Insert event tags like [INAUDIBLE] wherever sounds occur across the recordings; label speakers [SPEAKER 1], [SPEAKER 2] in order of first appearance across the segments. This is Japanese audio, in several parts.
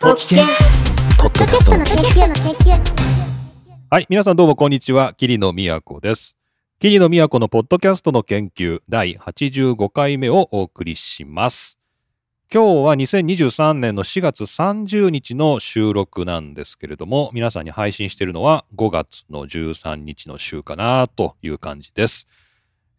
[SPEAKER 1] ごきげんポッドキャストの研究の研究
[SPEAKER 2] はい、皆さんどうもこんにちは、桐野都です。桐野都のポッドキャストの研究第85回目をお送りします。今日は2023年の4月30日の収録なんですけれども、皆さんに配信しているのは5月の13日の週かなという感じです。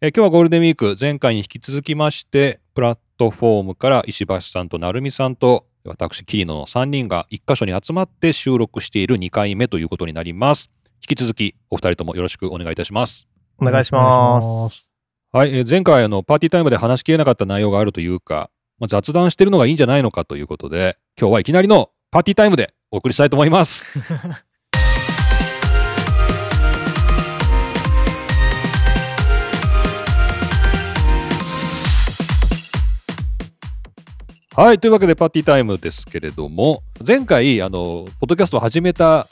[SPEAKER 2] えー今日はゴールデンウィーク、前回に引き続きまして、プラットフォームから石橋さんと成美さんと私、桐野の3人が1箇所に集まって収録している2回目ということになります。引き続きお二人ともよろしくお願いいたします。
[SPEAKER 3] お願いします。
[SPEAKER 2] はい、えー前回あのパーティータイムで話しきれなかった内容があるというか、まあ、雑談してるのがいいんじゃないのかということで、今日はいきなりのパーティータイムでお送りしたいと思います。 [LAUGHS] はい、というわけでパーティータイムですけれども、前回あのポッドキャストを始めた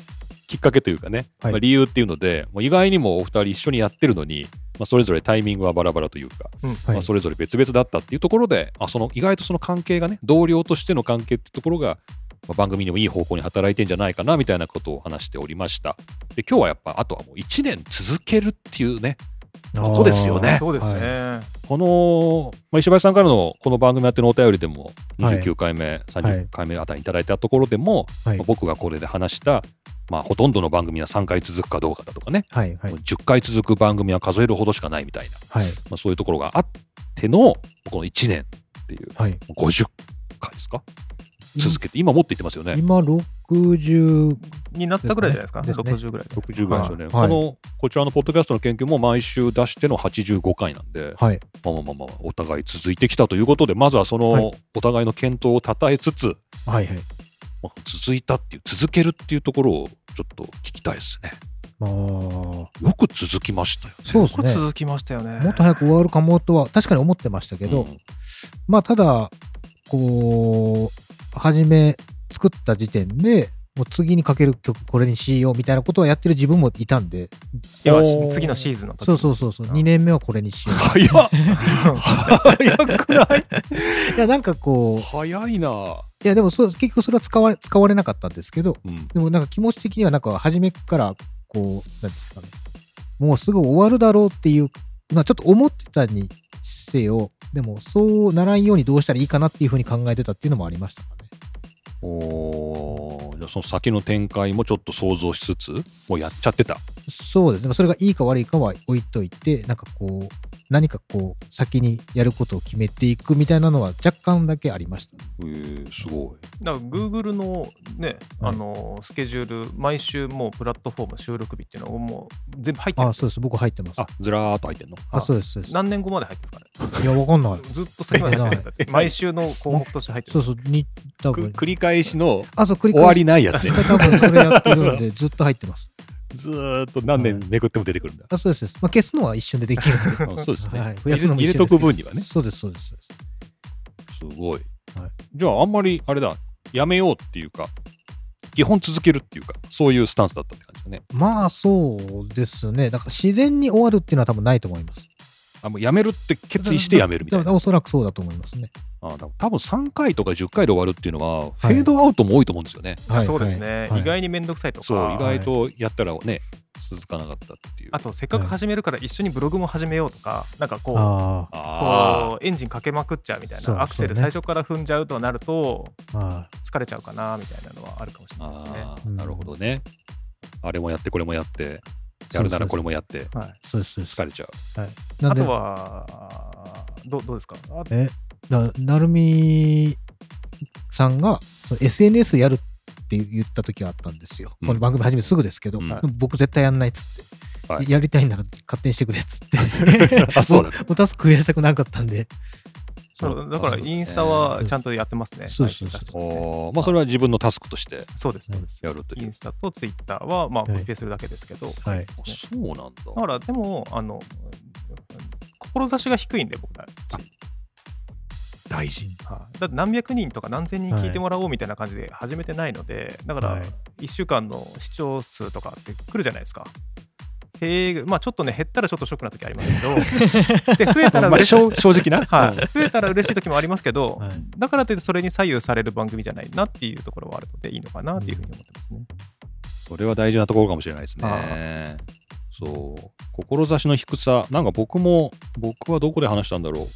[SPEAKER 2] きっかけというかね、
[SPEAKER 3] はい
[SPEAKER 2] まあ理由っていうので、もう意外にもお二人一緒にやってるのに、まあ、それぞれタイミングはバラバラというか。
[SPEAKER 3] うん
[SPEAKER 2] まあ、それぞれ別々だったっていうところであその意外とその関係がね同僚としての関係ってところが、まあ番組にもいい方向に働いてんじゃないかなみたいなことを話しておりましたで今日はやっぱあとはもう1年続けるっていうねことですよね
[SPEAKER 4] そうですね。
[SPEAKER 2] この、まあ、石橋さんからのこの番組やってのお便りでも
[SPEAKER 3] はい
[SPEAKER 2] 29回目、
[SPEAKER 3] は
[SPEAKER 2] 30
[SPEAKER 3] い
[SPEAKER 2] 回目あたりいただいたところでも、
[SPEAKER 3] はい
[SPEAKER 2] まあ僕がこれで話した、まあ、ほとんどの番組は3回続くかどうかだとかね、
[SPEAKER 3] はいはい
[SPEAKER 2] もう10回続く番組は数えるほどしかないみたいな、
[SPEAKER 3] はい
[SPEAKER 2] まあ、そういうところがあってのこの1年っていう
[SPEAKER 3] はい。
[SPEAKER 2] 50回ですか続けて、今もっと言ってますよね。
[SPEAKER 3] 今六十
[SPEAKER 4] になったぐらいじゃないですか。
[SPEAKER 3] ですね
[SPEAKER 4] 60ぐらいで。
[SPEAKER 2] 60回ですよね、
[SPEAKER 3] はいはい
[SPEAKER 2] このこちらのポッドキャストの研究も毎週出しての85回なんで、
[SPEAKER 3] はい
[SPEAKER 2] まあまあまあまあお互い続いてきたということでまずはそ
[SPEAKER 3] は
[SPEAKER 2] の
[SPEAKER 3] い
[SPEAKER 2] お互いの健闘をたたえつつ、
[SPEAKER 3] はいはい。
[SPEAKER 2] まあ続いたっていう続けるっていうところをちょっと聞きたいですね
[SPEAKER 3] まあ
[SPEAKER 2] よく続きましたよね
[SPEAKER 3] そうです
[SPEAKER 4] こ
[SPEAKER 3] ね
[SPEAKER 4] れ。続きましたよね。
[SPEAKER 3] もっと早く終わるかもとは確かに思ってましたけど、
[SPEAKER 2] うん
[SPEAKER 3] まあただこう初め作った時点で。もう次にかける曲これにしようみたいなことはやってる自分もいたんで
[SPEAKER 4] 要は
[SPEAKER 2] おー
[SPEAKER 4] 次のシーズンの時
[SPEAKER 3] そうそうそうそう
[SPEAKER 4] うん
[SPEAKER 3] 2年目はこれにしよ [LAUGHS] う
[SPEAKER 2] 早っ早くない
[SPEAKER 3] いやなんかこう
[SPEAKER 2] 早いな、
[SPEAKER 3] いやでもそう結局それは使われ使われなかったんですけど
[SPEAKER 2] うん
[SPEAKER 3] でもなんか気持ち的にはなんか初めからこうなんですかねもうすぐ終わるだろうっていうまあちょっと思ってたにせよでもそうならんようにどうしたらいいかなっていうふうに考えてたっていうのもありましたかね
[SPEAKER 2] おーじゃあその先の展開もちょっと想像しつつもうやっちゃってた
[SPEAKER 3] そうですねそれがいいか悪いかは置いといてなんかこう何かこう先にやることを決めていくみたいなのは若干だけありました
[SPEAKER 2] えー、すごい。
[SPEAKER 4] だから Google のね、
[SPEAKER 3] はい
[SPEAKER 4] あのスケジュール、毎週もうプラットフォーム収録日っていうのをもう全部入ってる
[SPEAKER 3] あそうです僕入ってます
[SPEAKER 2] あ、ずらーっと入ってんの。
[SPEAKER 3] あそうですそうです
[SPEAKER 4] 何年後まで入ってるんですかね。
[SPEAKER 3] いやわかんない
[SPEAKER 4] ずっと先まで入ってるんだって。毎週の項目として入って
[SPEAKER 3] そう
[SPEAKER 4] る。
[SPEAKER 3] そうに多
[SPEAKER 2] く
[SPEAKER 3] 分
[SPEAKER 2] 繰り返しの
[SPEAKER 3] あ [LAUGHS] そう繰り
[SPEAKER 2] 終
[SPEAKER 3] 返
[SPEAKER 2] わ
[SPEAKER 3] し
[SPEAKER 2] りないやつ
[SPEAKER 3] [LAUGHS]
[SPEAKER 2] ね。
[SPEAKER 3] 多分それやってるんでずっと入ってます
[SPEAKER 2] ずーっと何年めくっても出て
[SPEAKER 3] [LAUGHS]
[SPEAKER 2] くるんだ。
[SPEAKER 3] あそうですそうです、まあ、消すのは一瞬でできるんで
[SPEAKER 2] あそうですね。
[SPEAKER 3] はい、増
[SPEAKER 2] 入
[SPEAKER 3] や
[SPEAKER 2] れ
[SPEAKER 3] すのも
[SPEAKER 2] 入
[SPEAKER 3] 一緒
[SPEAKER 2] れ
[SPEAKER 3] で
[SPEAKER 2] と
[SPEAKER 3] すけ
[SPEAKER 2] く
[SPEAKER 3] ど
[SPEAKER 2] 分にはね。
[SPEAKER 3] そうですそうですそうです
[SPEAKER 2] すごい
[SPEAKER 3] はい。
[SPEAKER 2] じゃああんまりあれだ、やめようっていうか、基本続けるっていうか、そういうスタンスだったって感じだね。
[SPEAKER 3] まあそうですねだから自然に終わるっていうのは多分ないと思います
[SPEAKER 2] あ、もうやめるって決意してやめるみたい
[SPEAKER 3] だか
[SPEAKER 2] な。
[SPEAKER 3] らおそらくそうだと思いますね
[SPEAKER 2] あだから多分3回とか10回で終わるっていうのは、フェードアウトも多いと思うんですよね。
[SPEAKER 3] はい
[SPEAKER 4] そうですね。
[SPEAKER 3] はい
[SPEAKER 4] 意外にめんどくさいとか。
[SPEAKER 2] そう、意外とやったらね、続かなかったっていう。
[SPEAKER 4] あと、せっかく始めるから一緒にブログも始めようとか、なんかこう、
[SPEAKER 3] あ
[SPEAKER 2] あ
[SPEAKER 4] こうエンジンかけまくっちゃうみたい
[SPEAKER 3] そう
[SPEAKER 4] なアクセル
[SPEAKER 3] そう
[SPEAKER 4] 最
[SPEAKER 3] ね
[SPEAKER 4] 初から踏んじゃうとなると
[SPEAKER 3] あは
[SPEAKER 4] 疲れちゃうかなみたいなのはあるかもしれないですね
[SPEAKER 2] あ。
[SPEAKER 3] う
[SPEAKER 2] ー、
[SPEAKER 3] ん
[SPEAKER 2] なるほどね。あれもやって、これもやって、
[SPEAKER 3] い
[SPEAKER 2] やるならこれもやって、
[SPEAKER 4] はい、
[SPEAKER 3] そうですそうです
[SPEAKER 2] 疲れちゃう。
[SPEAKER 3] な
[SPEAKER 4] あ
[SPEAKER 3] んで
[SPEAKER 4] とはどうどうですかあ
[SPEAKER 3] えななるみさんがその SNS やるって言った時があったんですよ、
[SPEAKER 2] うん
[SPEAKER 3] この番組始めてすぐですけど、
[SPEAKER 2] うん
[SPEAKER 3] でも僕絶対やんないっつって、
[SPEAKER 2] はい
[SPEAKER 3] やりたいなら勝手にしてくれっつって
[SPEAKER 2] [LAUGHS] あ、そうだね。
[SPEAKER 3] もうタスク増やしたくなかったんで
[SPEAKER 4] そうだからインスタはちゃんとやってますね。
[SPEAKER 3] そうそうそう
[SPEAKER 4] 配信出してますね
[SPEAKER 2] おーまあ、それは自分のタスクとして
[SPEAKER 4] そうですそうです。
[SPEAKER 2] やるとい
[SPEAKER 4] イ
[SPEAKER 2] う。
[SPEAKER 4] ンスタとツイッターはまあ
[SPEAKER 3] は
[SPEAKER 4] コ
[SPEAKER 3] い
[SPEAKER 4] ピペするだけですけど、
[SPEAKER 3] はい
[SPEAKER 2] あそうなん
[SPEAKER 4] だ
[SPEAKER 2] だ。
[SPEAKER 4] からでもあの志が低いんで僕たち、
[SPEAKER 2] 大事。
[SPEAKER 4] はいだって何百人とか何千人聞いてもらおうみたいな感じで始めてないので、だから
[SPEAKER 3] はい
[SPEAKER 4] 1週間の視聴数とかってくるじゃないですか。経営が、まあ、ちょっとね、減ったらちょっとショックな時ありますけど、で増えたら
[SPEAKER 2] まあ
[SPEAKER 4] 嬉しい、
[SPEAKER 2] 正正直な。
[SPEAKER 4] はい、増えたら嬉しい時もありますけど、
[SPEAKER 3] はい
[SPEAKER 4] だからといってそれに左右される番組じゃないなっていうところはあるので、いいのかなっていうふうに思ってますね。
[SPEAKER 2] それは大事なところかもしれないです
[SPEAKER 4] あ
[SPEAKER 2] ね。そう。志の低さ。なんか僕も、僕はどこで話したんだろう。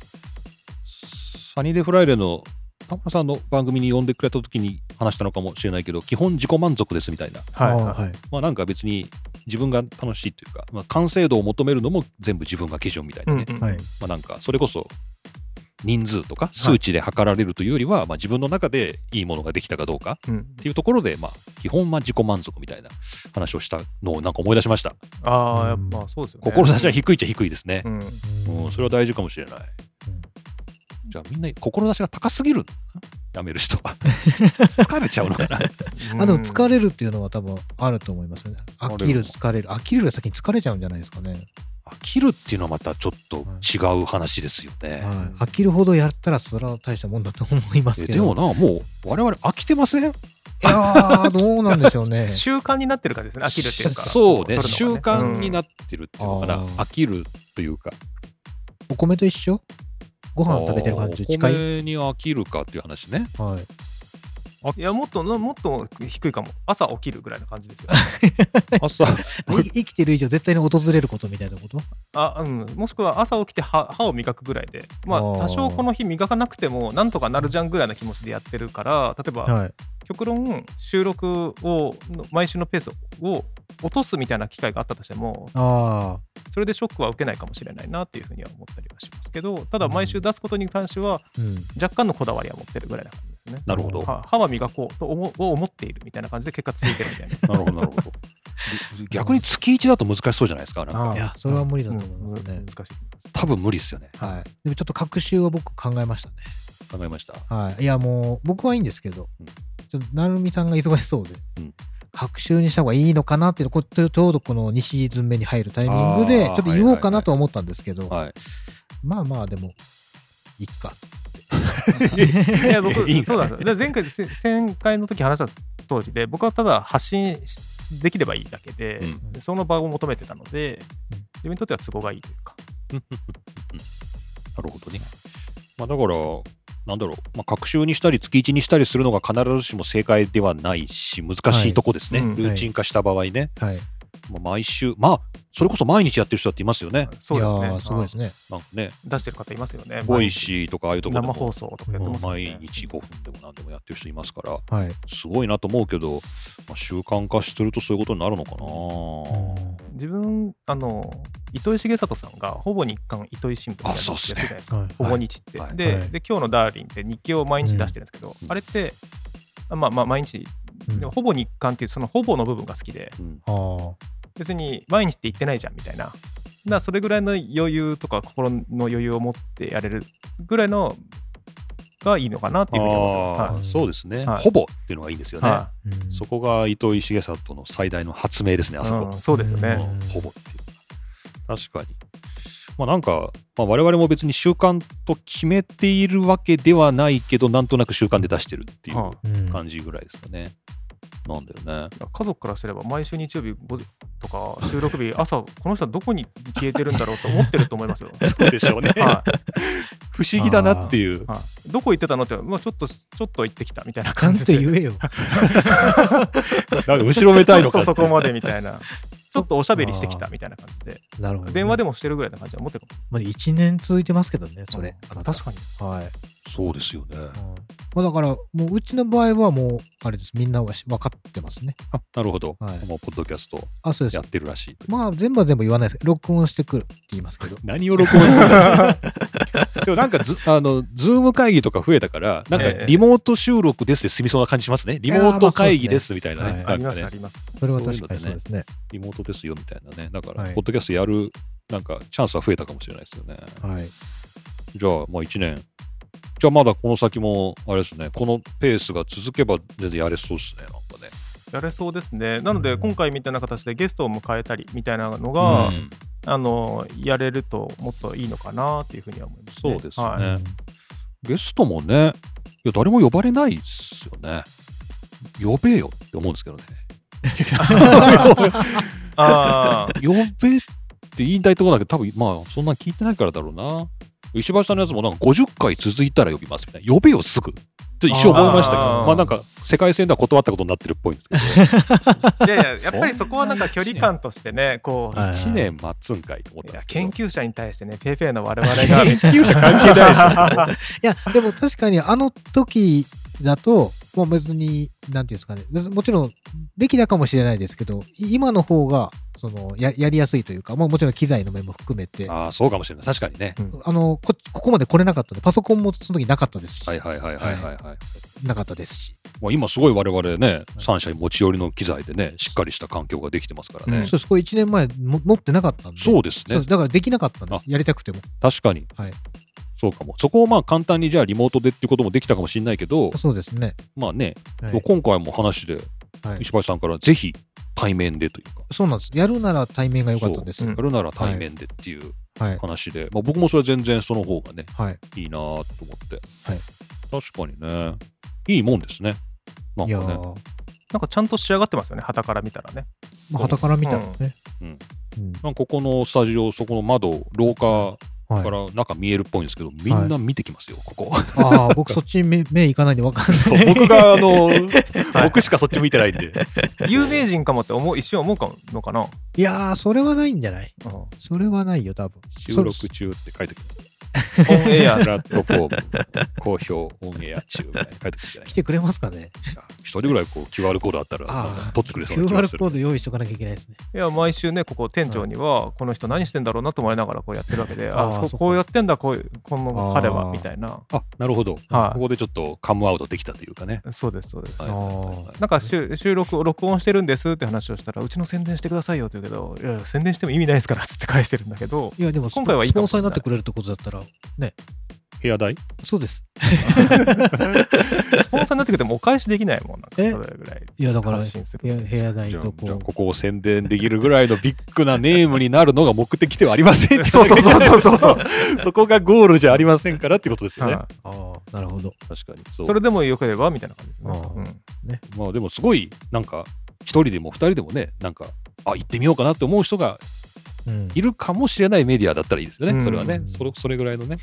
[SPEAKER 2] サニーデイフライデーの田村さんの番組に呼んでくれた時に話したのかもしれないけど、基本自己満足ですみたいな。
[SPEAKER 4] はい、
[SPEAKER 3] あーはい
[SPEAKER 2] まあなんか別に自分が楽しいというか、まあ、完成度を求めるのも全部自分が基準みたいなね。
[SPEAKER 4] うんうん
[SPEAKER 3] はい
[SPEAKER 2] まあなんかそれこそ人数とか数値で測られるというよりは、まあ自分の中でいいものができたかどうか
[SPEAKER 4] うん
[SPEAKER 2] っていうところで、まあ、基本は自己満足みたいな話をしたのをなんか思い出しました。
[SPEAKER 4] ああ、やっぱそうですよね。
[SPEAKER 2] 志は低いっちゃ低いですね
[SPEAKER 4] う。ん、
[SPEAKER 2] うん、それは大事かもしれない。
[SPEAKER 3] うん
[SPEAKER 2] じゃあみんな志が高すぎるんだなやめる人は。疲れちゃうのかな。
[SPEAKER 3] あでも疲
[SPEAKER 4] れ
[SPEAKER 3] れるっていうのは多分あると思いますよね。飽きる、疲れる。飽きるより先に疲れちゃうんじゃないですかね。
[SPEAKER 2] 飽きるっていうのはまたちょっと違う話ですよね。
[SPEAKER 3] はい飽きるほどやったらそれは大したもんだと思います
[SPEAKER 2] え
[SPEAKER 3] けど。
[SPEAKER 2] でもな、もう我々飽きてませ
[SPEAKER 3] い
[SPEAKER 2] ん
[SPEAKER 3] やー、どうなんでしょうね。
[SPEAKER 4] [LAUGHS] 習慣になってるからですね、飽きるっていうか。
[SPEAKER 2] そうね、
[SPEAKER 4] 取るのが
[SPEAKER 2] 習慣にな
[SPEAKER 4] っ
[SPEAKER 2] ってるっていうのか
[SPEAKER 3] う
[SPEAKER 2] な。
[SPEAKER 3] ん
[SPEAKER 2] 飽きるというか。
[SPEAKER 3] お米と一緒ご飯食べてる感じ
[SPEAKER 2] お
[SPEAKER 3] 近い。
[SPEAKER 2] 米に飽きるかっていう話ね。
[SPEAKER 3] はい。
[SPEAKER 4] ていや、もっとな、もっと低いかも。朝起きるぐらいの感じですよ。 [LAUGHS]
[SPEAKER 2] 朝、
[SPEAKER 3] い生きてる以上絶対に訪れることみたいなこと
[SPEAKER 4] あうん、もしくは朝起きて歯歯を磨くぐらいで、まあ
[SPEAKER 3] あ、ー
[SPEAKER 4] 多少この日磨かなくてもなんとかなるじゃんぐらいな気持ちでやってるから例えば、
[SPEAKER 3] はい。
[SPEAKER 4] 極論収録をの毎週のペースを落とすみたいな機会があったとしても
[SPEAKER 3] あ
[SPEAKER 4] それでショックは受けないかもしれないなっていうふうには思ったりはしますけどただ毎週出すことに関しては
[SPEAKER 3] あ。うん。
[SPEAKER 4] 若干のこだわりは持ってるぐらいな感じですね。
[SPEAKER 2] なるほど。
[SPEAKER 4] は歯は磨こうと思を思っているみたいな感じで結果続いてるみたいな。
[SPEAKER 2] [LAUGHS] なるほど、なる [LAUGHS] ほど。逆に月1だと難しそうじゃないですか。なんか
[SPEAKER 4] あー
[SPEAKER 3] いや、それは無理だと思います
[SPEAKER 4] う
[SPEAKER 3] ね
[SPEAKER 4] ん。難しいと思います。
[SPEAKER 2] 多分無理ですよね。
[SPEAKER 3] はい。でもちょっと隔週は僕考えましたね。
[SPEAKER 2] 考えました。
[SPEAKER 3] はい。いや、もう僕はいいんですけど
[SPEAKER 2] うん、
[SPEAKER 3] ちょっとなるみさんが忙しそうで
[SPEAKER 2] うん、
[SPEAKER 3] 隔週にした方がいいのかなっていうのこちょうどこの2シーズン目に入るタイミングで、ち
[SPEAKER 2] あ
[SPEAKER 3] ょ
[SPEAKER 2] ー
[SPEAKER 3] っと言おうかなとは思ったんですけど、
[SPEAKER 2] はい。
[SPEAKER 3] まあまあ、でも、いっか。
[SPEAKER 4] [LAUGHS] いや僕
[SPEAKER 2] いいんだ
[SPEAKER 4] そうなんですよで前回せ [LAUGHS] 前回の時話した当時で僕はただ発信しできればいいだけで,で、
[SPEAKER 2] うん
[SPEAKER 4] その場を求めてたので
[SPEAKER 3] うん
[SPEAKER 4] 自分にとっては都合がいいというか
[SPEAKER 2] なるほどね。まあ、だから、なんだろう、まあ、隔週にしたり、月1にしたりするのが必ずしも正解ではないし、難しいとこですね、
[SPEAKER 4] はいうん
[SPEAKER 2] ルーチン化した場合ね、
[SPEAKER 3] はい。
[SPEAKER 2] まあ、毎週、まあ、それこそ毎日やってる人だっていますよね、
[SPEAKER 4] そうです
[SPEAKER 3] い
[SPEAKER 4] ね
[SPEAKER 3] やーすごいですね。
[SPEAKER 2] なんかね、
[SPEAKER 4] あ出してる方いますよね
[SPEAKER 2] ボイシーとかああいうところで
[SPEAKER 4] 生
[SPEAKER 2] も
[SPEAKER 4] 放送とかやってますよね
[SPEAKER 2] 毎日5分でも何でもやってる人いますから、
[SPEAKER 3] はい。
[SPEAKER 2] すごいなと思うけど、まあ、習慣化してるとそういうことになるのか
[SPEAKER 4] 自分あの糸井重里さんがほぼ日刊糸井新聞
[SPEAKER 2] あそうっすね
[SPEAKER 4] やってるじゃないですか、
[SPEAKER 3] はい
[SPEAKER 4] ほぼ日って、
[SPEAKER 2] はい
[SPEAKER 4] で,、
[SPEAKER 3] はい
[SPEAKER 4] で今日の「ダーリン」って日記を毎日出してるんですけど、
[SPEAKER 2] うん
[SPEAKER 4] あれってあまあまあ毎日、
[SPEAKER 3] うん
[SPEAKER 4] でもほぼ日刊っていうそのほぼの部分が好きで
[SPEAKER 2] な、うん
[SPEAKER 3] ああ。
[SPEAKER 4] 別に毎日って言ってないじゃんみたいな。だからそれぐらいの余裕とか心の余裕を持ってやれるぐらいのがいいのかなっていうふうに思って
[SPEAKER 2] あ
[SPEAKER 4] ま
[SPEAKER 2] ー
[SPEAKER 3] い
[SPEAKER 2] そうですね、
[SPEAKER 4] はい
[SPEAKER 2] ほぼっていうのがいいんですよ
[SPEAKER 4] す。は
[SPEAKER 2] ね。
[SPEAKER 4] いは
[SPEAKER 3] うん
[SPEAKER 2] そこが糸井重里の最大の発明ですね、あそこ。
[SPEAKER 4] いうんそうですよ
[SPEAKER 3] うん
[SPEAKER 4] ね。
[SPEAKER 2] うんほぼっていうのが確かに。まあなんか、まあ、我々も別に習慣と決めているわけではないけど、なんとなく習慣で出してるってい
[SPEAKER 4] は
[SPEAKER 2] う
[SPEAKER 3] うん
[SPEAKER 2] 感じぐらいですかね。なんだ
[SPEAKER 4] [LAUGHS]
[SPEAKER 2] よね。
[SPEAKER 4] 家族からすれば毎週日曜日5と [LAUGHS] か収録日朝この人はどこに消えてるんだろうと思ってると思いますよ。
[SPEAKER 2] そうでしょうね
[SPEAKER 4] は
[SPEAKER 2] 不思議だなっていう
[SPEAKER 4] い。はい、どこ行ってたのって、まあ、ちょっとちょっと行ってきたみたい
[SPEAKER 3] ち
[SPEAKER 4] な
[SPEAKER 3] ゃ
[SPEAKER 4] 感
[SPEAKER 3] ん
[SPEAKER 4] じ
[SPEAKER 3] と
[SPEAKER 4] で
[SPEAKER 3] 言えよ。
[SPEAKER 2] なんか後ろめたいのかっ
[SPEAKER 4] ち
[SPEAKER 2] て
[SPEAKER 4] ょっとそこまでみたいなちょっとおしゃべりしてきたみたいな感じで
[SPEAKER 3] なるほどね。
[SPEAKER 4] 電話で
[SPEAKER 3] も。
[SPEAKER 4] もしてるぐらいの感じは思ってるかも
[SPEAKER 3] まあ、1年続いてますけどね、それ。あなた
[SPEAKER 4] 確かに
[SPEAKER 3] はい。
[SPEAKER 2] そうですよね。
[SPEAKER 3] まあ、だから、もううちの場合はもう、あれです、みんなはし分かってますね。
[SPEAKER 2] あなるほど。
[SPEAKER 3] はい
[SPEAKER 2] もう、ポッドキャスト
[SPEAKER 3] あ、そうです
[SPEAKER 2] やっ。てるらしい。
[SPEAKER 3] まあ、全部は全部言わないですけど、録音してくるって言いますけど。
[SPEAKER 2] 何を録音するんだでもなんかず、あの、ズーム会議とか増えたから、なんか
[SPEAKER 4] ええ
[SPEAKER 2] リモート収録ですで済みそうな感じしますね。リモート会議ですみたいなね。
[SPEAKER 3] いや
[SPEAKER 2] な
[SPEAKER 4] あ
[SPEAKER 2] ん
[SPEAKER 4] り
[SPEAKER 2] か
[SPEAKER 4] ま
[SPEAKER 2] ね
[SPEAKER 4] すあります。
[SPEAKER 3] それは確かにそうですね。
[SPEAKER 2] リモートですよみたいなね。だから、
[SPEAKER 3] はい
[SPEAKER 2] ポッドキャストやる、なんか、チャンスは増えたかもしれないですよね。
[SPEAKER 3] はい。
[SPEAKER 2] じゃあ、まあ1年。じゃあ、まだこの先も、あれですね、このペースが続けば、全然やれそうですね、なんかね。
[SPEAKER 4] やれそうですね。なの
[SPEAKER 3] う
[SPEAKER 4] で、
[SPEAKER 3] ん
[SPEAKER 4] 今回みたいな形でゲストを迎えたりみたいなのが、
[SPEAKER 2] うん
[SPEAKER 4] あのやれるともっといいのかなっていうふうには思います、ね。
[SPEAKER 2] そうですね [LAUGHS]
[SPEAKER 4] は
[SPEAKER 2] ねゲストもね、いや、誰も呼ばれないっすよね。呼べよって思うんですけどね。
[SPEAKER 4] あ
[SPEAKER 2] 呼べって言いたいところだけど、多分まあ、そんな聞いてないからだろうな。石橋さんのやつもなんか50回続いたら呼びますみたいな。呼べよ、すぐ。って一瞬思いましたけど、
[SPEAKER 4] あー
[SPEAKER 2] まあなんか、世界戦では断ったことになってるっぽいんですけど、
[SPEAKER 4] あいやいややっぱりそこはなんか距離感としてねこう、
[SPEAKER 3] はい
[SPEAKER 2] 1年待つんかいと思ったん
[SPEAKER 4] い
[SPEAKER 2] で
[SPEAKER 4] や
[SPEAKER 2] すけど
[SPEAKER 4] 研究者に対してねペイペイの我
[SPEAKER 2] [LAUGHS]
[SPEAKER 4] 々が研
[SPEAKER 2] 究者関係
[SPEAKER 4] ないし
[SPEAKER 3] いや、でも確かにあの時だと、もう別に、なんていうんですかね、別にもちろんできたかもしれないですけど、い今の方が、そのや、やりやすいというか、まあもちろん機材の面も含めて、あ
[SPEAKER 2] ああ、そうかもしれない。確かにね。
[SPEAKER 3] のこ、ここまで来れなかったんで、パソコンもその時なかったですし、
[SPEAKER 2] はいはいはいはいはい、はい。
[SPEAKER 3] なかったですし、
[SPEAKER 2] まあ、今すごい我々ね、三社に持ち寄りの機材でね、しっかりした環境ができてますからね。
[SPEAKER 4] うん
[SPEAKER 3] そうです、これ1年前も持ってなかったんで、
[SPEAKER 2] そうです
[SPEAKER 3] そ
[SPEAKER 2] ね
[SPEAKER 3] う。だからできなかったんで
[SPEAKER 2] あ
[SPEAKER 3] す、やりたくても。
[SPEAKER 2] 確かに。
[SPEAKER 3] はい
[SPEAKER 2] そうかも。そこをまあ簡単にじゃあリモートでっていうこともできたかもしれないけど、
[SPEAKER 3] そうですね。
[SPEAKER 2] まあね、
[SPEAKER 3] はい
[SPEAKER 2] 今回も話で
[SPEAKER 3] はい
[SPEAKER 2] 石橋さんからぜひ対面でというか、
[SPEAKER 3] そうなんです。やるなら対面が良かったんです。
[SPEAKER 4] そううん
[SPEAKER 2] やるなら対面でっていう
[SPEAKER 3] はい。
[SPEAKER 2] 話で、まあ、僕もそれは全然その方がね、
[SPEAKER 3] はい。
[SPEAKER 2] いいなと思って。
[SPEAKER 3] はい
[SPEAKER 2] 確かにね、いいもんですね。なん
[SPEAKER 3] いや
[SPEAKER 2] かね。
[SPEAKER 3] ー、
[SPEAKER 4] [LAUGHS] なんかちゃんと仕上がってますよね旗から見たらね
[SPEAKER 3] まあ、はから見たらね。
[SPEAKER 2] うん
[SPEAKER 3] うん。
[SPEAKER 2] なんかここのスタジオ、そこの窓、廊下
[SPEAKER 3] はい
[SPEAKER 2] か。ら中見えるっぽいんですけど、みんな見てきますよ、ここ。
[SPEAKER 3] ああ、僕そっち目目いかないんで分かん
[SPEAKER 2] [LAUGHS] そう
[SPEAKER 3] ない。
[SPEAKER 2] [LAUGHS] 僕があの僕しかそっち見てないんで
[SPEAKER 4] 有名人かもって思う一瞬思うかのかな、
[SPEAKER 3] いやー、それはないんじゃない
[SPEAKER 2] [LAUGHS]
[SPEAKER 4] うん、オ
[SPEAKER 3] それはないよ、多分。
[SPEAKER 2] [LAUGHS] 収録中って書いてくる
[SPEAKER 4] ンエア
[SPEAKER 2] プラットフォーム好評オンエア中みたいに書いてくるじゃ
[SPEAKER 3] そ
[SPEAKER 2] ない
[SPEAKER 3] 来てくれますかね
[SPEAKER 2] ですか一人ぐらいこう QR コードあったら
[SPEAKER 3] ああ
[SPEAKER 2] 取ってくれそうな気が
[SPEAKER 3] ?QR
[SPEAKER 2] する
[SPEAKER 3] コード用意しとかなきゃいけないですね。
[SPEAKER 4] いや毎週ねここ店長にはこの人何してんだろうなと思いながらこうやってるわけであ
[SPEAKER 3] あーそ
[SPEAKER 4] そ
[SPEAKER 3] っか
[SPEAKER 4] こうやってんだこういうこの彼
[SPEAKER 3] あ
[SPEAKER 4] は
[SPEAKER 3] ー
[SPEAKER 4] みたいな
[SPEAKER 2] あなるほど、
[SPEAKER 4] はい
[SPEAKER 2] ここでちょっとカムアウトできたというかね、
[SPEAKER 4] そうですそうです
[SPEAKER 2] は
[SPEAKER 3] あ
[SPEAKER 2] いはいはいはい
[SPEAKER 3] ー
[SPEAKER 4] なんか収収録を録音してるんですって話をしたらうちの宣伝してくださいよって言うけどいやいや宣伝しても意味ないですからっつって返してるんだけ
[SPEAKER 3] [LAUGHS]
[SPEAKER 4] ど
[SPEAKER 3] いや、でも、
[SPEAKER 4] 今回はいい
[SPEAKER 3] ス
[SPEAKER 4] か
[SPEAKER 3] ポ
[SPEAKER 4] も
[SPEAKER 3] ン
[SPEAKER 4] しれ
[SPEAKER 3] サー
[SPEAKER 4] な
[SPEAKER 3] にな
[SPEAKER 4] い
[SPEAKER 3] ってくれるってことだったら、
[SPEAKER 2] 部屋代
[SPEAKER 3] そうです。
[SPEAKER 4] スポンサーになってくれてもお返しできないもんなんかそ
[SPEAKER 3] え
[SPEAKER 4] れぐらい
[SPEAKER 3] いや、だから、
[SPEAKER 4] 発
[SPEAKER 3] 部
[SPEAKER 4] 信す
[SPEAKER 3] 屋
[SPEAKER 4] る
[SPEAKER 3] 部屋代
[SPEAKER 2] じゃあ
[SPEAKER 3] と
[SPEAKER 2] じゃあ
[SPEAKER 3] こ
[SPEAKER 2] ここを宣伝できるぐらいのビッグなネームになるのが目的ではありません
[SPEAKER 4] [LAUGHS] そうそうそうそう
[SPEAKER 2] そうそう [LAUGHS] そこがゴールじゃありませんからってことですよね、
[SPEAKER 4] は
[SPEAKER 3] う、ああ、なるほど。
[SPEAKER 2] 確かに
[SPEAKER 4] い
[SPEAKER 2] そう
[SPEAKER 4] それでもよければみたいな感じです
[SPEAKER 3] あ
[SPEAKER 4] ね
[SPEAKER 3] ー
[SPEAKER 4] うん
[SPEAKER 2] まあでもすごいなんか一人でも二人でもねなんかあ行ってみようかなって思う人が
[SPEAKER 3] うん [LAUGHS]
[SPEAKER 2] いるかもしれないメディアだったらいいですよね、
[SPEAKER 4] うん
[SPEAKER 2] それはねそれそれぐらいのね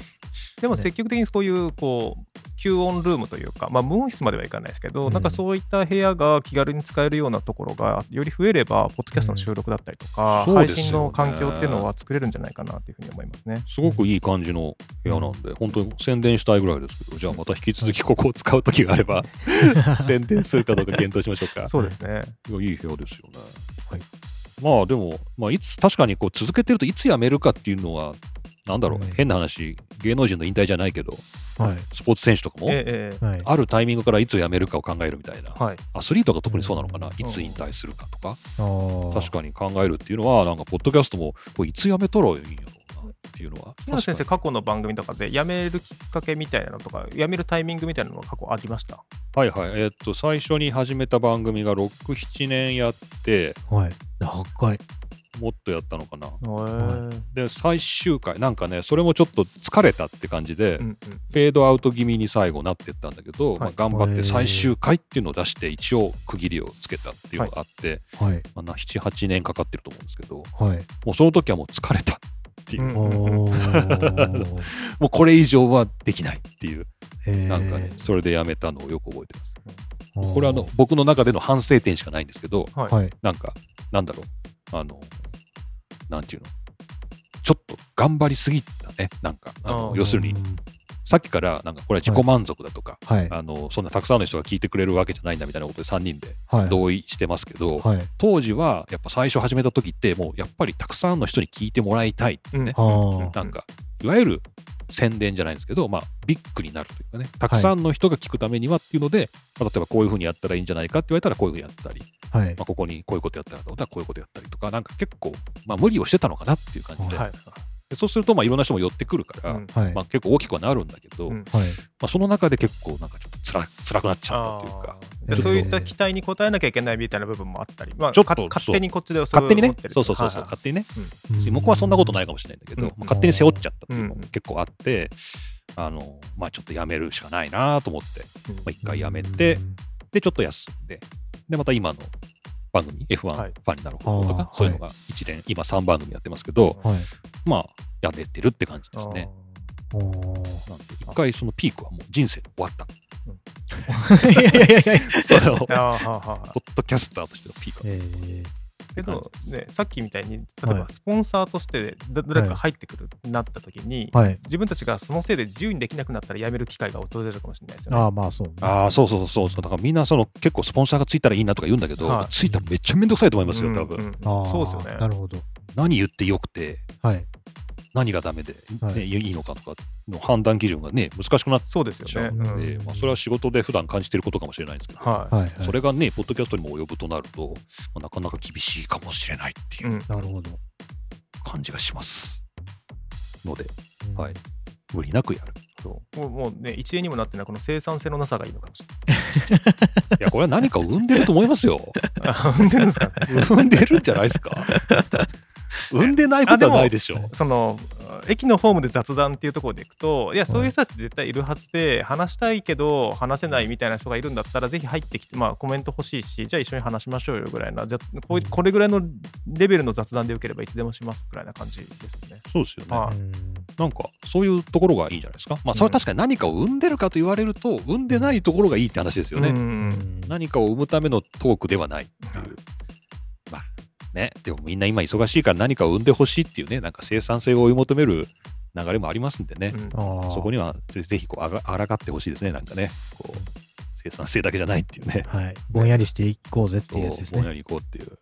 [SPEAKER 4] でも
[SPEAKER 3] ね
[SPEAKER 4] 積極的にそういうこう吸音ルームというか、まあ、無音室まではいかないですけど、
[SPEAKER 3] うん
[SPEAKER 4] なんかそういった部屋が気軽に使えるようなところがより増えれば、ポッドキャストの収録だったりとか、
[SPEAKER 2] うんそう
[SPEAKER 4] 配
[SPEAKER 2] ですよね
[SPEAKER 4] 信の環境っていうのは作れるんじゃないかなというふうに思いますね。
[SPEAKER 2] すごくいい感じの部屋なんで、本当に宣伝したいぐらいですけどじゃあまた引き続きここを使う時があれば宣伝するかどうか検討しましょうか
[SPEAKER 4] そうですね。
[SPEAKER 2] いやいい部屋ですよね、
[SPEAKER 3] はい
[SPEAKER 2] まあでも、まあ、いつ確かにこう続けてるといつ辞めるかっていうのはなんだろ
[SPEAKER 3] う
[SPEAKER 2] う、
[SPEAKER 3] ん
[SPEAKER 2] 変な話芸能人の引退じゃないけど
[SPEAKER 3] はい。
[SPEAKER 2] スポーツ選手とかも
[SPEAKER 4] えええ
[SPEAKER 3] はい。
[SPEAKER 2] あるタイミングからいつ辞めるかを考えるみたいな
[SPEAKER 4] えはい。
[SPEAKER 2] アスリートが特にそうなのかな、
[SPEAKER 3] うん
[SPEAKER 2] いつ引退するかとか、
[SPEAKER 3] 確
[SPEAKER 2] 確かに考えるっていうのは、なんか、ポッドキャストも、これいつやめたらいいんやろうなっていうのは、
[SPEAKER 4] 木野先生、
[SPEAKER 2] 確か
[SPEAKER 4] 過去の番組とかで辞めるきっかけみたいなのとか、辞めるタイミングみたいなのは過去ありました。
[SPEAKER 2] にはいはい、えーっと、最初に始めた番組が6、7年やって、
[SPEAKER 3] に。はい。長い。
[SPEAKER 2] もっとやったのかな。
[SPEAKER 4] へえ
[SPEAKER 2] で、最終回、なんかね、それもちょっと疲れたって感じで、
[SPEAKER 4] うんうん
[SPEAKER 2] フェードアウト気味に最後なってったんだけど、まあ
[SPEAKER 4] はい
[SPEAKER 2] 頑張って最終回っていうのを出して、一応区切りをつけたっていうのがあって、
[SPEAKER 3] はい。
[SPEAKER 2] まあな7、8年かかってると思うんですけど、
[SPEAKER 3] はい。
[SPEAKER 2] もうその時はもう疲れた [LAUGHS] っていう、
[SPEAKER 4] うん
[SPEAKER 3] おー
[SPEAKER 2] もうこれ以上はできないっていう。
[SPEAKER 3] へー
[SPEAKER 2] なんかね、それでやめたのをよく覚えてます。
[SPEAKER 3] あー
[SPEAKER 2] これはあの僕の中での反省点しかないんですけど、
[SPEAKER 4] はい。
[SPEAKER 3] はい。
[SPEAKER 2] なんか、なんだろう、あの、なんていうの、ちょっと頑張りすぎたね、なんか、あの
[SPEAKER 4] あー
[SPEAKER 2] 要するに
[SPEAKER 3] う、ん
[SPEAKER 2] さっきから、なんか、これは自己満足だとか、
[SPEAKER 3] はい。
[SPEAKER 2] あのそんなたくさんの人が聞いてくれるわけじゃないんだみたいなことで3人で
[SPEAKER 3] はい。
[SPEAKER 2] 同意してますけど、
[SPEAKER 3] はい。
[SPEAKER 2] 当時はやっぱ最初始めた時ってもうやっぱりたくさんの人に聞いてもらいたいってね、
[SPEAKER 4] うん
[SPEAKER 3] あ
[SPEAKER 2] なんか、いわゆる宣伝じゃないんですけど、まあ、ビッグになるというかね、たくさんの人が聞くためにはっていうので、まあ例えばこういうふうにやったらいいんじゃないかって言われたらこういうふうにやったり、
[SPEAKER 3] あ。はい
[SPEAKER 2] ま。あ、ここにこういうことやったらどうだ、こういうことやったりとか、なんか結構、まあ、無理をしてたのかなっていう感じで、
[SPEAKER 4] はい。
[SPEAKER 2] でそうすると、まあ、いろんな人も寄ってくるから、
[SPEAKER 4] うん
[SPEAKER 3] はい。
[SPEAKER 2] まあ、結構大きくはなるんだけど、
[SPEAKER 4] うん
[SPEAKER 2] ま
[SPEAKER 3] はい。。
[SPEAKER 2] あ、その中で結構、なんかちょっとつら辛くなっちゃ
[SPEAKER 4] あ
[SPEAKER 2] ったというか、
[SPEAKER 4] ーでそういった期待に応えなきゃいけないみたいな部分もあったり、まあ、
[SPEAKER 2] ちょっと
[SPEAKER 4] か勝手にこっちで
[SPEAKER 2] 勝手にね、そうそうそうそう、勝手にね、僕はそんなことないいかもしれないんだけど、
[SPEAKER 4] うん
[SPEAKER 2] まあ勝手に背負っちゃったっていうの
[SPEAKER 4] う
[SPEAKER 2] も
[SPEAKER 4] ん
[SPEAKER 2] 結構あって、あのまあ、ちょっとやめるしかないなと思って、まあ、一回やめ
[SPEAKER 3] や
[SPEAKER 2] て、でちょっと休んででまた今の番組、F1 フ
[SPEAKER 4] はい
[SPEAKER 2] ァンになる方法とか、
[SPEAKER 3] あー
[SPEAKER 2] そういうのが一連、今3番組やってますけど、
[SPEAKER 3] はい。
[SPEAKER 2] まあ、やめてるって感じですね。
[SPEAKER 3] おお。
[SPEAKER 2] なんで、一回そのピークはもう人生で終わった。
[SPEAKER 3] いやいやいやいや。
[SPEAKER 2] [LAUGHS] それを
[SPEAKER 4] あーあーはーはー
[SPEAKER 2] ポッドキャスターとしてのピークは。
[SPEAKER 3] ええ
[SPEAKER 4] けど
[SPEAKER 2] 感じ、で
[SPEAKER 4] ね、さっきみたいに例え
[SPEAKER 3] は
[SPEAKER 4] ば
[SPEAKER 3] い
[SPEAKER 4] スポンサーとしてだ誰かが入ってくる、なった時に、
[SPEAKER 3] はい。
[SPEAKER 4] 自分たちがそのせいで自由にできなくなったらやめる機会が訪れるかもしれないですよね。
[SPEAKER 3] ああ、まあそうね。
[SPEAKER 2] ああ、そうそうそうそう。だからみんなその結構スポンサーがついたらいいなとか言うんだけど、
[SPEAKER 4] はい
[SPEAKER 2] ついたらめっちゃめんどくさいと思い
[SPEAKER 4] うん
[SPEAKER 2] ますよ、多分。
[SPEAKER 4] うん
[SPEAKER 3] あー
[SPEAKER 4] そうですよね。
[SPEAKER 3] なるほど。
[SPEAKER 2] 何言ってよくて、
[SPEAKER 3] はい。
[SPEAKER 2] 何がダメで、ね
[SPEAKER 3] はい
[SPEAKER 2] い、いのかとかの判断基準がね、難しくなっ
[SPEAKER 4] そうです
[SPEAKER 2] ちゃ
[SPEAKER 4] よね。
[SPEAKER 2] う
[SPEAKER 4] うんん
[SPEAKER 2] で、
[SPEAKER 3] うん
[SPEAKER 2] まあ、それは仕事で普段感じてることかもしれないんですけど、
[SPEAKER 4] はい。
[SPEAKER 3] はい。
[SPEAKER 2] それがね、ポッドキャストにも及ぶとなると、まあなかなか厳しいかもしれないっていううん
[SPEAKER 3] なるほど。
[SPEAKER 2] 感じがします。ので、
[SPEAKER 3] うん
[SPEAKER 2] はい。無理なくやる。
[SPEAKER 4] そうもうもうね、一円にもなってないこの生産性のなさがいいのかもしれ
[SPEAKER 2] いや、これは何か生んでると思いますよ。 [LAUGHS]
[SPEAKER 4] ない。 [LAUGHS] あ本当ですか
[SPEAKER 2] 生んでるんじゃないですか。生んでないことはないでしょう。
[SPEAKER 4] その駅のホームで雑談っていうところでいくといやそういう人たち絶対いるはずで、話したいけど話せないみたいな人がいるんだったらぜひ入ってきて、まあ、コメント欲しいしじゃあ一緒に話しましょうよぐらいなじゃこうい
[SPEAKER 3] うん
[SPEAKER 4] これぐらいのレベルの雑談でよければいつでもしますぐらいな感じですよね。
[SPEAKER 2] そうですよね。
[SPEAKER 4] は
[SPEAKER 2] なんか、そういうところがいいんじゃないですか。まあ、それは確かに何かを生んでるかと言われると、生んでないところがいいって話ですよね。
[SPEAKER 4] うん
[SPEAKER 2] 何かを生むためのトークではないっていう。まあ、ね、でもみんな今忙しいから何かを生んでほしいっていうね、なんか生産性を追い求める流れもありますんでね。
[SPEAKER 4] うん
[SPEAKER 3] ああ。
[SPEAKER 2] そこにはぜぜひこうあがあらがってほしいですね、なんかね。こう生産性だけじゃないっていうね。
[SPEAKER 3] はい。ぼんやりしていこうぜって
[SPEAKER 2] そう
[SPEAKER 3] いうやつです
[SPEAKER 2] ぼんや
[SPEAKER 3] ね。
[SPEAKER 2] り行こうっていう。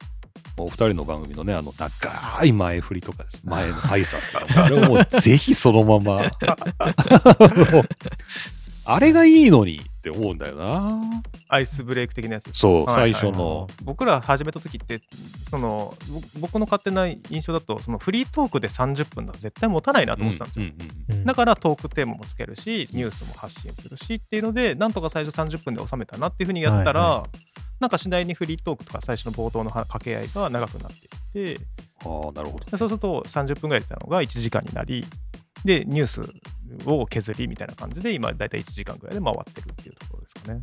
[SPEAKER 2] もうお二人の番組のね、あの長い前振りとかです、前の挨拶と [LAUGHS] か、あれをもうぜひそのまま、あの [LAUGHS] あれがいいのにって思うんだよな。
[SPEAKER 4] アイスブレイク的なやつです
[SPEAKER 2] そう、
[SPEAKER 4] はい
[SPEAKER 2] 最初の。
[SPEAKER 4] 僕ら始めた時ってそのぼ僕の勝手な印象だとそのフリートークで30分だと絶対持たないなと思ってたんですよ。
[SPEAKER 2] うんうんうん
[SPEAKER 3] うん
[SPEAKER 4] だからトークテーマもつけるしニュースも発信するしっていうのでなんとか最初30分で収めたなっていうふうにやったら、
[SPEAKER 3] はい
[SPEAKER 4] なんか次第にフリートークとか最初の冒頭のは掛け合いが長くなっていって
[SPEAKER 2] ああ、なるほど。
[SPEAKER 4] でそうすると30分ぐらいやってたのが1時間になりでニュースを削りみたいな感じで今大体1時間ぐらいで回ってるっていうところですかね。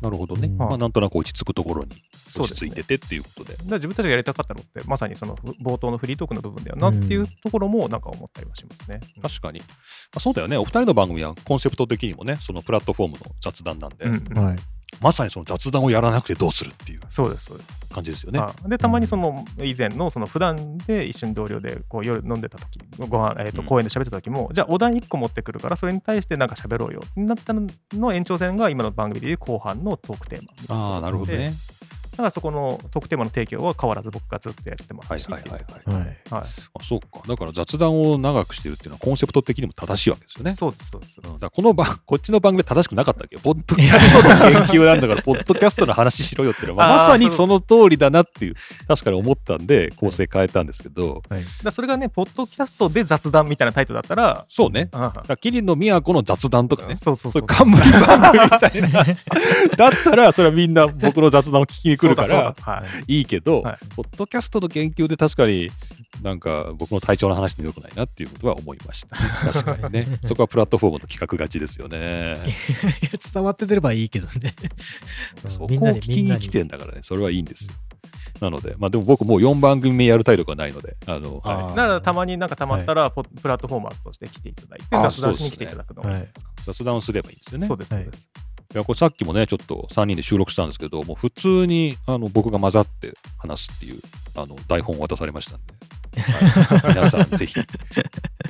[SPEAKER 2] なるほどね。
[SPEAKER 3] うん
[SPEAKER 2] まあ、なんとなく落ち着くところに
[SPEAKER 4] そう
[SPEAKER 2] 落
[SPEAKER 4] で
[SPEAKER 2] ち
[SPEAKER 4] す
[SPEAKER 2] 着い
[SPEAKER 4] ね
[SPEAKER 2] ててっていうことで。
[SPEAKER 4] だから自分たちがやりたかったのってまさにその冒頭のフリートークの部分だよなっていうところもなんか思ったりはしますね。うん
[SPEAKER 2] 確かに、まあ、そうだよね、お二人の番組はコンセプト的にもね、そのプラットフォームの雑談なんで、
[SPEAKER 4] うんうん
[SPEAKER 3] はい。
[SPEAKER 2] まさにその雑談をやらなくてどうするっていう
[SPEAKER 4] そうですそうです。
[SPEAKER 2] 感じですよね。
[SPEAKER 4] あでたまにその以前のその普段で一緒に同僚でこう夜飲んでた時ご飯、えー、と
[SPEAKER 2] うん
[SPEAKER 4] 公園で喋ってた時も、じゃあお題1個持ってくるからそれに対してなんか喋ろうよなったのの延長線が今の番組でいう後半のトークテーマ
[SPEAKER 2] ああ、なるほどね。
[SPEAKER 4] だからそこのトークテーマの提供は変わらず僕がずっとやってますし
[SPEAKER 2] はいはいはい
[SPEAKER 4] って
[SPEAKER 2] はい
[SPEAKER 4] いう
[SPEAKER 3] はい。
[SPEAKER 4] はい
[SPEAKER 2] あそうか。だから雑談を長くしてるっていうのはコンセプト的にも正しいわけですよね。
[SPEAKER 4] そうですそうです、
[SPEAKER 2] うんだからこの番、こっちの番組正しくなかったっけポッドキャスト [LAUGHS] の研究なんだから、ポッドキャストの話しろよっていうのは、まあ
[SPEAKER 4] あ
[SPEAKER 2] ま
[SPEAKER 4] ー
[SPEAKER 2] さにその通りだなっていう、確かに思ったんで、構成変えたんですけど、
[SPEAKER 4] だからそれがねポッドキャストで雑談みたいなタイトルだった [LAUGHS] ら
[SPEAKER 2] そうね。だか
[SPEAKER 4] あ
[SPEAKER 2] らキリンの都の雑談とかね、
[SPEAKER 4] そうそう
[SPEAKER 2] そ
[SPEAKER 4] そ
[SPEAKER 2] い
[SPEAKER 4] う
[SPEAKER 2] う
[SPEAKER 4] う
[SPEAKER 2] 冠番組みたい [LAUGHS] な。だったら、それはみんな僕の雑談を聞きに来るか
[SPEAKER 4] そうだ
[SPEAKER 2] ら、
[SPEAKER 4] そうだはい
[SPEAKER 2] いいけど、
[SPEAKER 4] はい
[SPEAKER 2] ポッドキャストの研究で確かになんか僕の体調の話でもよくないなっていうことは思いました。確かにね。
[SPEAKER 3] [LAUGHS]
[SPEAKER 2] そこはプラットフォームの企画勝ちですよね。
[SPEAKER 3] いや [LAUGHS] 伝わって出ればいいけどね。
[SPEAKER 2] そこを
[SPEAKER 3] みんな
[SPEAKER 2] 聞
[SPEAKER 3] に
[SPEAKER 2] きに来てんだからね、それはいいんですよ。なので、まあでも僕もう4番組目やる体力がないので、あの、
[SPEAKER 3] あー
[SPEAKER 2] はい
[SPEAKER 4] だからたまになんかたまったらポプラットフォーマーズとして来ていただいて
[SPEAKER 2] あ
[SPEAKER 4] 雑談しに来ていただくのがいいですか
[SPEAKER 2] 雑談をすればいいんですよね。
[SPEAKER 4] そうです、
[SPEAKER 3] は
[SPEAKER 4] そ
[SPEAKER 3] いう
[SPEAKER 4] です。
[SPEAKER 2] いやこれさっきもね、ちょっと3人で収録したんですけど、もう普通にあの僕が混ざって話すっていうあの台本を渡されましたんで、はい皆さん
[SPEAKER 3] [LAUGHS]
[SPEAKER 2] ぜひ、挨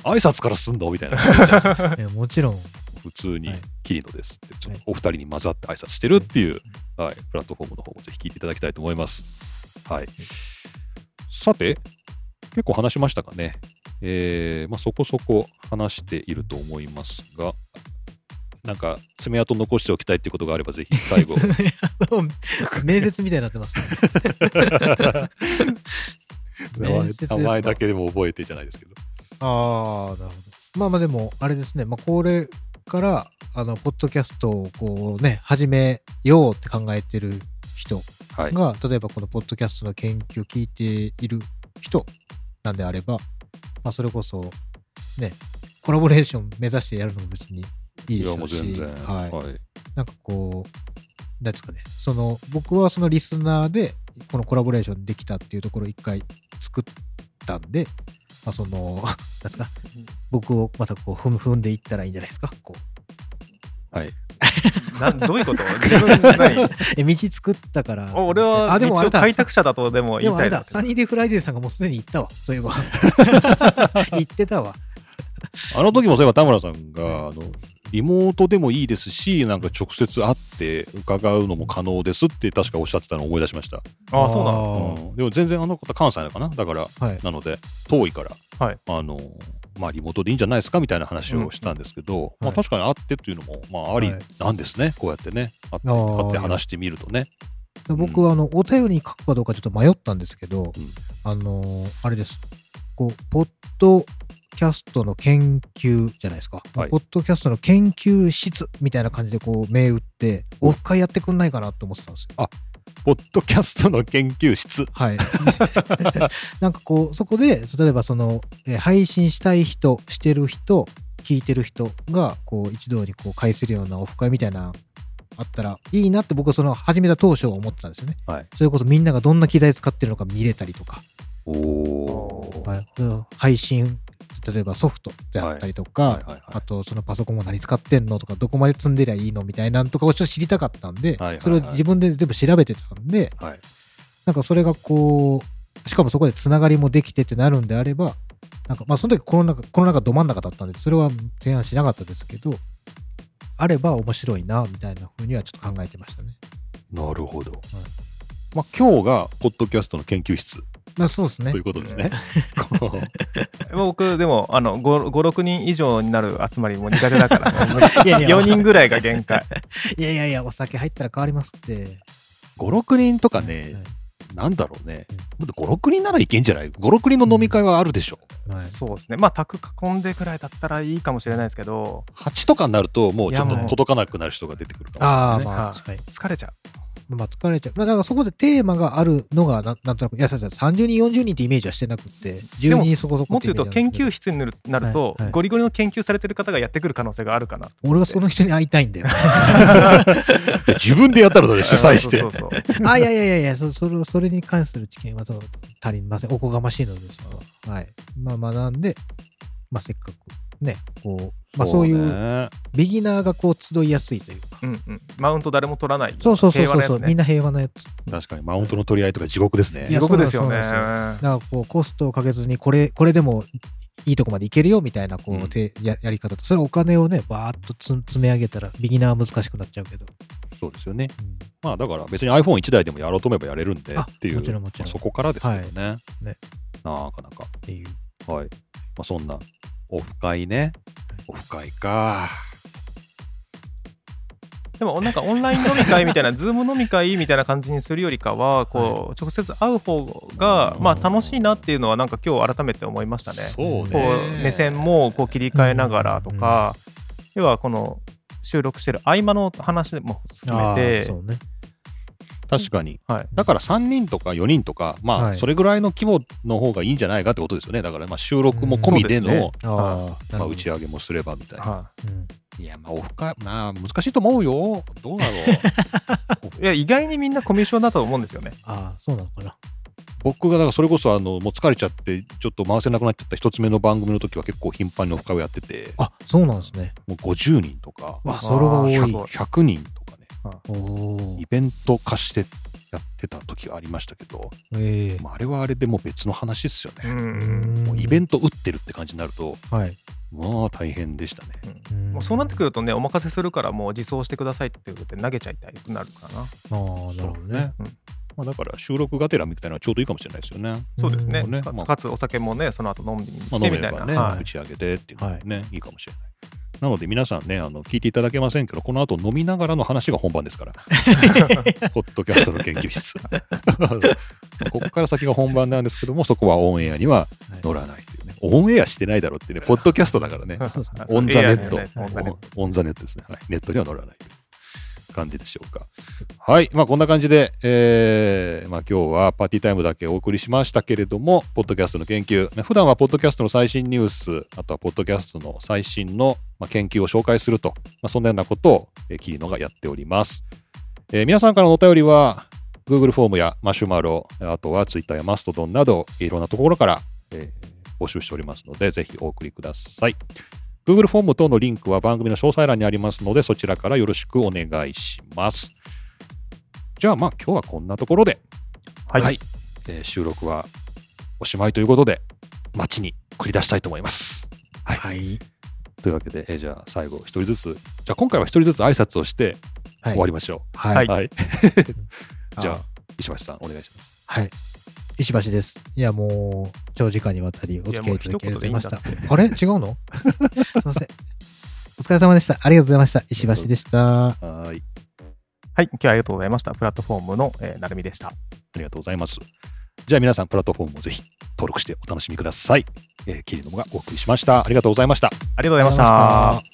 [SPEAKER 2] 拶からすんのみたいな。
[SPEAKER 3] はいいやもちろん。 [LAUGHS]
[SPEAKER 2] 普通に
[SPEAKER 3] はい
[SPEAKER 2] キリノですって、ちょっとお二人に混ざって挨拶してるっていう、はい、プラットフォームの方もぜひ聞いていただきたいと思います。はい。さて、結構話しましたかね。えーまあ、そこそこ話していると思いますが、なんか爪痕残しておきたいっていうことがあれば、ぜひ
[SPEAKER 3] [LAUGHS]
[SPEAKER 2] 最後。
[SPEAKER 3] 面接みたいになってますね。
[SPEAKER 2] 名前
[SPEAKER 3] 面接ですか
[SPEAKER 2] 名前だけでも覚えてじゃないですけど。
[SPEAKER 3] ああ、なるほど。まあまあでも、あれですね、まあ、これから、あの、ポッドキャストをこうね、始めようって考えてる人
[SPEAKER 2] はい。
[SPEAKER 3] が、例えばこのポッドキャストの研究を聞いている人なんであれば、まあそれこそ、ね、コラボレーション目指してやるのも別にいい
[SPEAKER 2] い
[SPEAKER 3] でしょ
[SPEAKER 2] や、も
[SPEAKER 3] う
[SPEAKER 2] う
[SPEAKER 3] し、
[SPEAKER 2] 全然。
[SPEAKER 3] はい。
[SPEAKER 2] はい。
[SPEAKER 3] なんかこう、なんですかね、その、僕はそのリスナーで、このコラボレーションできたっていうところを一回作ったんで、まあ、その、 [LAUGHS] なんですか、僕をまたこう踏む踏んでいったらいいんじゃないですか。こう [LAUGHS]
[SPEAKER 2] はい。
[SPEAKER 4] などういうこと自分
[SPEAKER 3] [LAUGHS]
[SPEAKER 4] ない
[SPEAKER 3] え道作ったから。
[SPEAKER 4] お俺は
[SPEAKER 3] あ、でもあ
[SPEAKER 4] 一
[SPEAKER 3] れ
[SPEAKER 4] 応
[SPEAKER 3] だ。
[SPEAKER 4] 開拓者だとでも
[SPEAKER 3] で
[SPEAKER 4] 言い
[SPEAKER 3] もあ
[SPEAKER 4] た
[SPEAKER 3] れ
[SPEAKER 4] い
[SPEAKER 3] だ、
[SPEAKER 4] です
[SPEAKER 3] サニーデイフライデーさんがもうすでに行ったわ、そうい
[SPEAKER 4] [LAUGHS]
[SPEAKER 3] えば。行ってたわ。
[SPEAKER 2] あの時もそういえば田村さんが、あの、リモートでもいいですし、なんか直接会って伺うのも可能ですって確かおっしゃってたのを思い出しました。
[SPEAKER 4] あそうなんです
[SPEAKER 3] あ
[SPEAKER 4] か
[SPEAKER 3] ー
[SPEAKER 2] うんでも全然あの方関西のかなだから、
[SPEAKER 3] はい。
[SPEAKER 2] なので遠いから、
[SPEAKER 4] はい
[SPEAKER 2] あのまあリモートでいいんじゃないですかみたいな話をしたんですけど、まあ、
[SPEAKER 3] はい
[SPEAKER 2] 確かに会ってっていうのも、まあ、ありなんですね、こうやってね会って
[SPEAKER 3] あー
[SPEAKER 2] 会って話してみるとね
[SPEAKER 3] 僕はあのお便りに書くかどうかちょっと迷ったんですけど、
[SPEAKER 2] うん
[SPEAKER 3] あのーあれですこうポッドキャストの研究じゃないですか、
[SPEAKER 2] はい
[SPEAKER 3] ポッドキャストの研究室みたいな感じでこう銘打って
[SPEAKER 2] うん
[SPEAKER 3] オフ会やってくんないかなと思ってたんですよ。
[SPEAKER 2] ポッドキャストの研究室
[SPEAKER 3] はい、 [LAUGHS] なんかこうそこで例えばその、えー配信したい人してる人聞いてる人がこう一堂にこう会するようなオフ会みたいなあったらいいなって僕はその始めた当初は思ってたんですよね。
[SPEAKER 2] はい
[SPEAKER 3] それこそみんながどんな機材使ってるのか見れたりとか、
[SPEAKER 2] おお
[SPEAKER 3] はい、配信例えばソフトであったりとか、
[SPEAKER 2] はいはい
[SPEAKER 3] あとそのパソコンも何使ってんのとかどこまで積んでりゃいいのみたいなんとかをちょっと知りたかったんで、
[SPEAKER 2] はいはいはい
[SPEAKER 3] それを自分で全部調べてたんで
[SPEAKER 2] はいはい
[SPEAKER 3] なんかそれがこうしかもそこでつながりもできてってなるんであればなんかまあその時コロナ禍コロナ禍ど真ん中だったんでそれは提案しなかったですけどあれば面白いなみたいな風にはちょっと考えてましたね。
[SPEAKER 2] なるほど、まあ、今日がポッドキャストの研究室
[SPEAKER 3] まあ、そうですね
[SPEAKER 2] ということですね。こう
[SPEAKER 4] 僕でもあの56人以上になる集まりも苦手だからもう無理
[SPEAKER 3] [LAUGHS] いやいや
[SPEAKER 4] 4人ぐらい
[SPEAKER 3] [LAUGHS]
[SPEAKER 4] が限界
[SPEAKER 3] いやいやいやお酒入ったら変わりますって。
[SPEAKER 2] 56人とかね、
[SPEAKER 3] はい
[SPEAKER 2] なんだろうね、56人ならいけんじゃない ?56 人の飲み会はあるでしょ、
[SPEAKER 3] はい
[SPEAKER 4] そうですねまあ卓囲んでくらいだったらいいかもしれないですけど
[SPEAKER 2] 8とかになるともうちょっ
[SPEAKER 4] い
[SPEAKER 2] と
[SPEAKER 4] やもう
[SPEAKER 2] 届かなくなる人が出てくるかもしれない、ね
[SPEAKER 3] ああ、まあ、
[SPEAKER 4] はい
[SPEAKER 3] 確かに。
[SPEAKER 4] 疲れちゃう
[SPEAKER 3] まあ、疲れちゃう。まあ、だからそこでテーマがあるのがな、なんとなく、いや、そうそう30人、40人ってイメージはしてなくって、
[SPEAKER 4] で
[SPEAKER 3] 10
[SPEAKER 4] も
[SPEAKER 3] 人そこそこ
[SPEAKER 4] も
[SPEAKER 3] っ
[SPEAKER 4] っ
[SPEAKER 3] て
[SPEAKER 4] と
[SPEAKER 3] イ
[SPEAKER 4] 言
[SPEAKER 3] メージなんです
[SPEAKER 4] うと研
[SPEAKER 3] け
[SPEAKER 4] 究室になるなると、
[SPEAKER 3] はいはい
[SPEAKER 4] ゴリゴリの研究されてる方がやってくる可能性があるかな
[SPEAKER 3] ど。俺はその人に会いたいんだよ。
[SPEAKER 2] で自分でやったらどうで主催して
[SPEAKER 4] そうそうそう
[SPEAKER 3] あ、いやいやいやいや、そ [LAUGHS] それそれに関する知見はどう足りません。おこがましいのですが。はい。まあ、学んで、まあ、せっかくね、こう、まあ、そういう、
[SPEAKER 2] ね
[SPEAKER 3] ビギナーがこう、集いやすいというか。
[SPEAKER 4] うんうんマウント誰も取らない
[SPEAKER 3] そうそうそう
[SPEAKER 4] 平和
[SPEAKER 3] そう
[SPEAKER 4] なや
[SPEAKER 3] そう、
[SPEAKER 4] つ
[SPEAKER 3] み
[SPEAKER 4] ね
[SPEAKER 3] んな平和なやつ。
[SPEAKER 2] 確かにマウントの取り合いとか地獄ですね
[SPEAKER 3] い
[SPEAKER 4] 地
[SPEAKER 3] や
[SPEAKER 4] 獄ですよね
[SPEAKER 3] そうなんだからこうコストをかけずにこれこれでもいいとこまでいけるよみたいなこう、
[SPEAKER 2] うん
[SPEAKER 3] てややり方とそれお金をねバーッとつ積み上げたらビギナーは難しくなっちゃうけど、
[SPEAKER 2] そうですよね
[SPEAKER 3] うん
[SPEAKER 2] まあだから別に iPhone1 台でもやろうと思えばやれるんで
[SPEAKER 3] あ
[SPEAKER 2] っていう
[SPEAKER 3] もちろんもちろん
[SPEAKER 2] まあそこからですけどね,、
[SPEAKER 3] ね
[SPEAKER 2] なかなか
[SPEAKER 3] っていう
[SPEAKER 2] はい、まあ、そんなオフ会ねオフ会か
[SPEAKER 4] でもなんかオンライン飲み会みたいな、ズーム飲み会みたいな感じにするよりかは、こう直接会う方が
[SPEAKER 2] うん
[SPEAKER 4] まあ楽しいなっていうのは、なんか今日改めて思いましたね。
[SPEAKER 2] そう
[SPEAKER 4] こ
[SPEAKER 2] ね
[SPEAKER 4] う目線もこう切り替えながらとか、要はこの収録してる合間の話も含め
[SPEAKER 3] ー
[SPEAKER 4] て
[SPEAKER 3] そ、うね
[SPEAKER 2] 確かに
[SPEAKER 4] はい、
[SPEAKER 2] だから3人とか4人とかま
[SPEAKER 3] は
[SPEAKER 2] あ
[SPEAKER 3] い
[SPEAKER 2] それぐらいの規模の方がいいんじゃないかってことですよねだからまあ収録も込みでの、
[SPEAKER 4] うんそう
[SPEAKER 3] ああな
[SPEAKER 2] ま
[SPEAKER 3] る
[SPEAKER 2] あ、
[SPEAKER 3] ほ
[SPEAKER 2] 打
[SPEAKER 3] ど
[SPEAKER 2] ち上げもすればみたいな
[SPEAKER 4] はい
[SPEAKER 2] やまあオフ会なあ難しいと思うよどうだろう
[SPEAKER 4] [LAUGHS] い、いや意外にみんなコミュ障だと思うんですよね。
[SPEAKER 3] ああそうなのかな
[SPEAKER 2] 僕がだからそれこそあのもう疲れちゃってちょっと回せなくなっちゃった一つ目の番組の時は結構頻繁にオフ会をやってて
[SPEAKER 3] あそうなんですね
[SPEAKER 2] もう50人とか
[SPEAKER 3] わそれは多
[SPEAKER 4] あー
[SPEAKER 3] い
[SPEAKER 4] すごい
[SPEAKER 2] 100人とかね
[SPEAKER 3] おお
[SPEAKER 2] イベント化してやってた時はありましたけど、
[SPEAKER 3] ええ
[SPEAKER 2] まあ、あれはあれでもう別の話ですよ
[SPEAKER 4] う
[SPEAKER 2] ね、
[SPEAKER 4] ん
[SPEAKER 2] もうイベント打ってるって感じになると
[SPEAKER 3] はい
[SPEAKER 2] まあ大変でしたね
[SPEAKER 3] ん
[SPEAKER 4] もうそうなってくるとね、お任せするからもう自走してくださいっていうことで投げちゃいたいくなるかな。
[SPEAKER 3] ああなるほどね
[SPEAKER 4] うん
[SPEAKER 2] まあ、だから収録がてらみたいなのはちょうどいいかもしれないですよね、
[SPEAKER 4] そうですね。
[SPEAKER 2] うんね
[SPEAKER 4] か
[SPEAKER 2] まあ
[SPEAKER 4] かつお酒もね、その後飲んで
[SPEAKER 2] まあ、
[SPEAKER 4] みて
[SPEAKER 2] 飲め
[SPEAKER 4] みた
[SPEAKER 2] れ
[SPEAKER 4] い
[SPEAKER 2] ば
[SPEAKER 4] な。
[SPEAKER 2] ね、
[SPEAKER 4] はい
[SPEAKER 2] 打ち上げでっていうのもね、い、いかもしれないなので皆さんねあの聞いていただけませんけどこの後飲みながらの話が本番ですからポッドキャストの研究室 [LAUGHS] ここから先が本番なんですけどもそこはオンエアには
[SPEAKER 3] はい
[SPEAKER 2] 乗らないというねオンエアしてないだろうってねポッドキャストだからね
[SPEAKER 3] そうですね
[SPEAKER 2] オンザネット
[SPEAKER 4] いやいやいやオンザネット
[SPEAKER 2] オンザネットですね、はい、ネットには乗らないという感じでしょうかはいまあこんな感じで、えーまあ、今日はパーティータイムだけお送りしましたけれどもポッドキャストの研究ね普段はポッドキャストの最新ニュースあとはポッドキャストの最新の、まあ、研究を紹介すると、まあ、そんなようなことを、えー、キリノがやっております、えー皆さんからのお便りは Google フォームやマシュマロ、あとは Twitter やマストドンなど、いろんなところから、えー募集しておりますので、ぜひお送りください。Google フォーム等のリンクは番組の詳細欄にありますので、そちらからよろしくお願いします。じゃあ、まあ、今日はこんなところで、
[SPEAKER 4] はい、
[SPEAKER 2] はいえー収録はおしまいということで、街に繰り出したいと思います。
[SPEAKER 3] はい。
[SPEAKER 2] というわけで、えーじゃあ最後、一人ずつ、じゃあ今回は一人ずつ挨拶をして
[SPEAKER 3] はい。
[SPEAKER 2] 終わりましょ。。
[SPEAKER 3] はいう
[SPEAKER 2] はい。じゃ
[SPEAKER 3] あ
[SPEAKER 2] あ、石橋さん、お願いします。
[SPEAKER 3] はい。石橋です。いや、もう、長時間にわたりお付き合いいただきありがとうございました。
[SPEAKER 4] いやもう
[SPEAKER 3] あれ違うの [LAUGHS] すいません。お疲れ様でした。ありがとうございました。石橋でした。
[SPEAKER 2] はーい。
[SPEAKER 4] はい、今日はありがとうございました。プラットフォームの、えーなるみでした。
[SPEAKER 2] ありがとうございます。じゃあ皆さん、プラットフォームもぜひ登録してお楽しみください。えー、キリノムがお送りしました。ありがとうございました。
[SPEAKER 4] ありがとうございまし
[SPEAKER 3] ありがとうございました
[SPEAKER 4] た。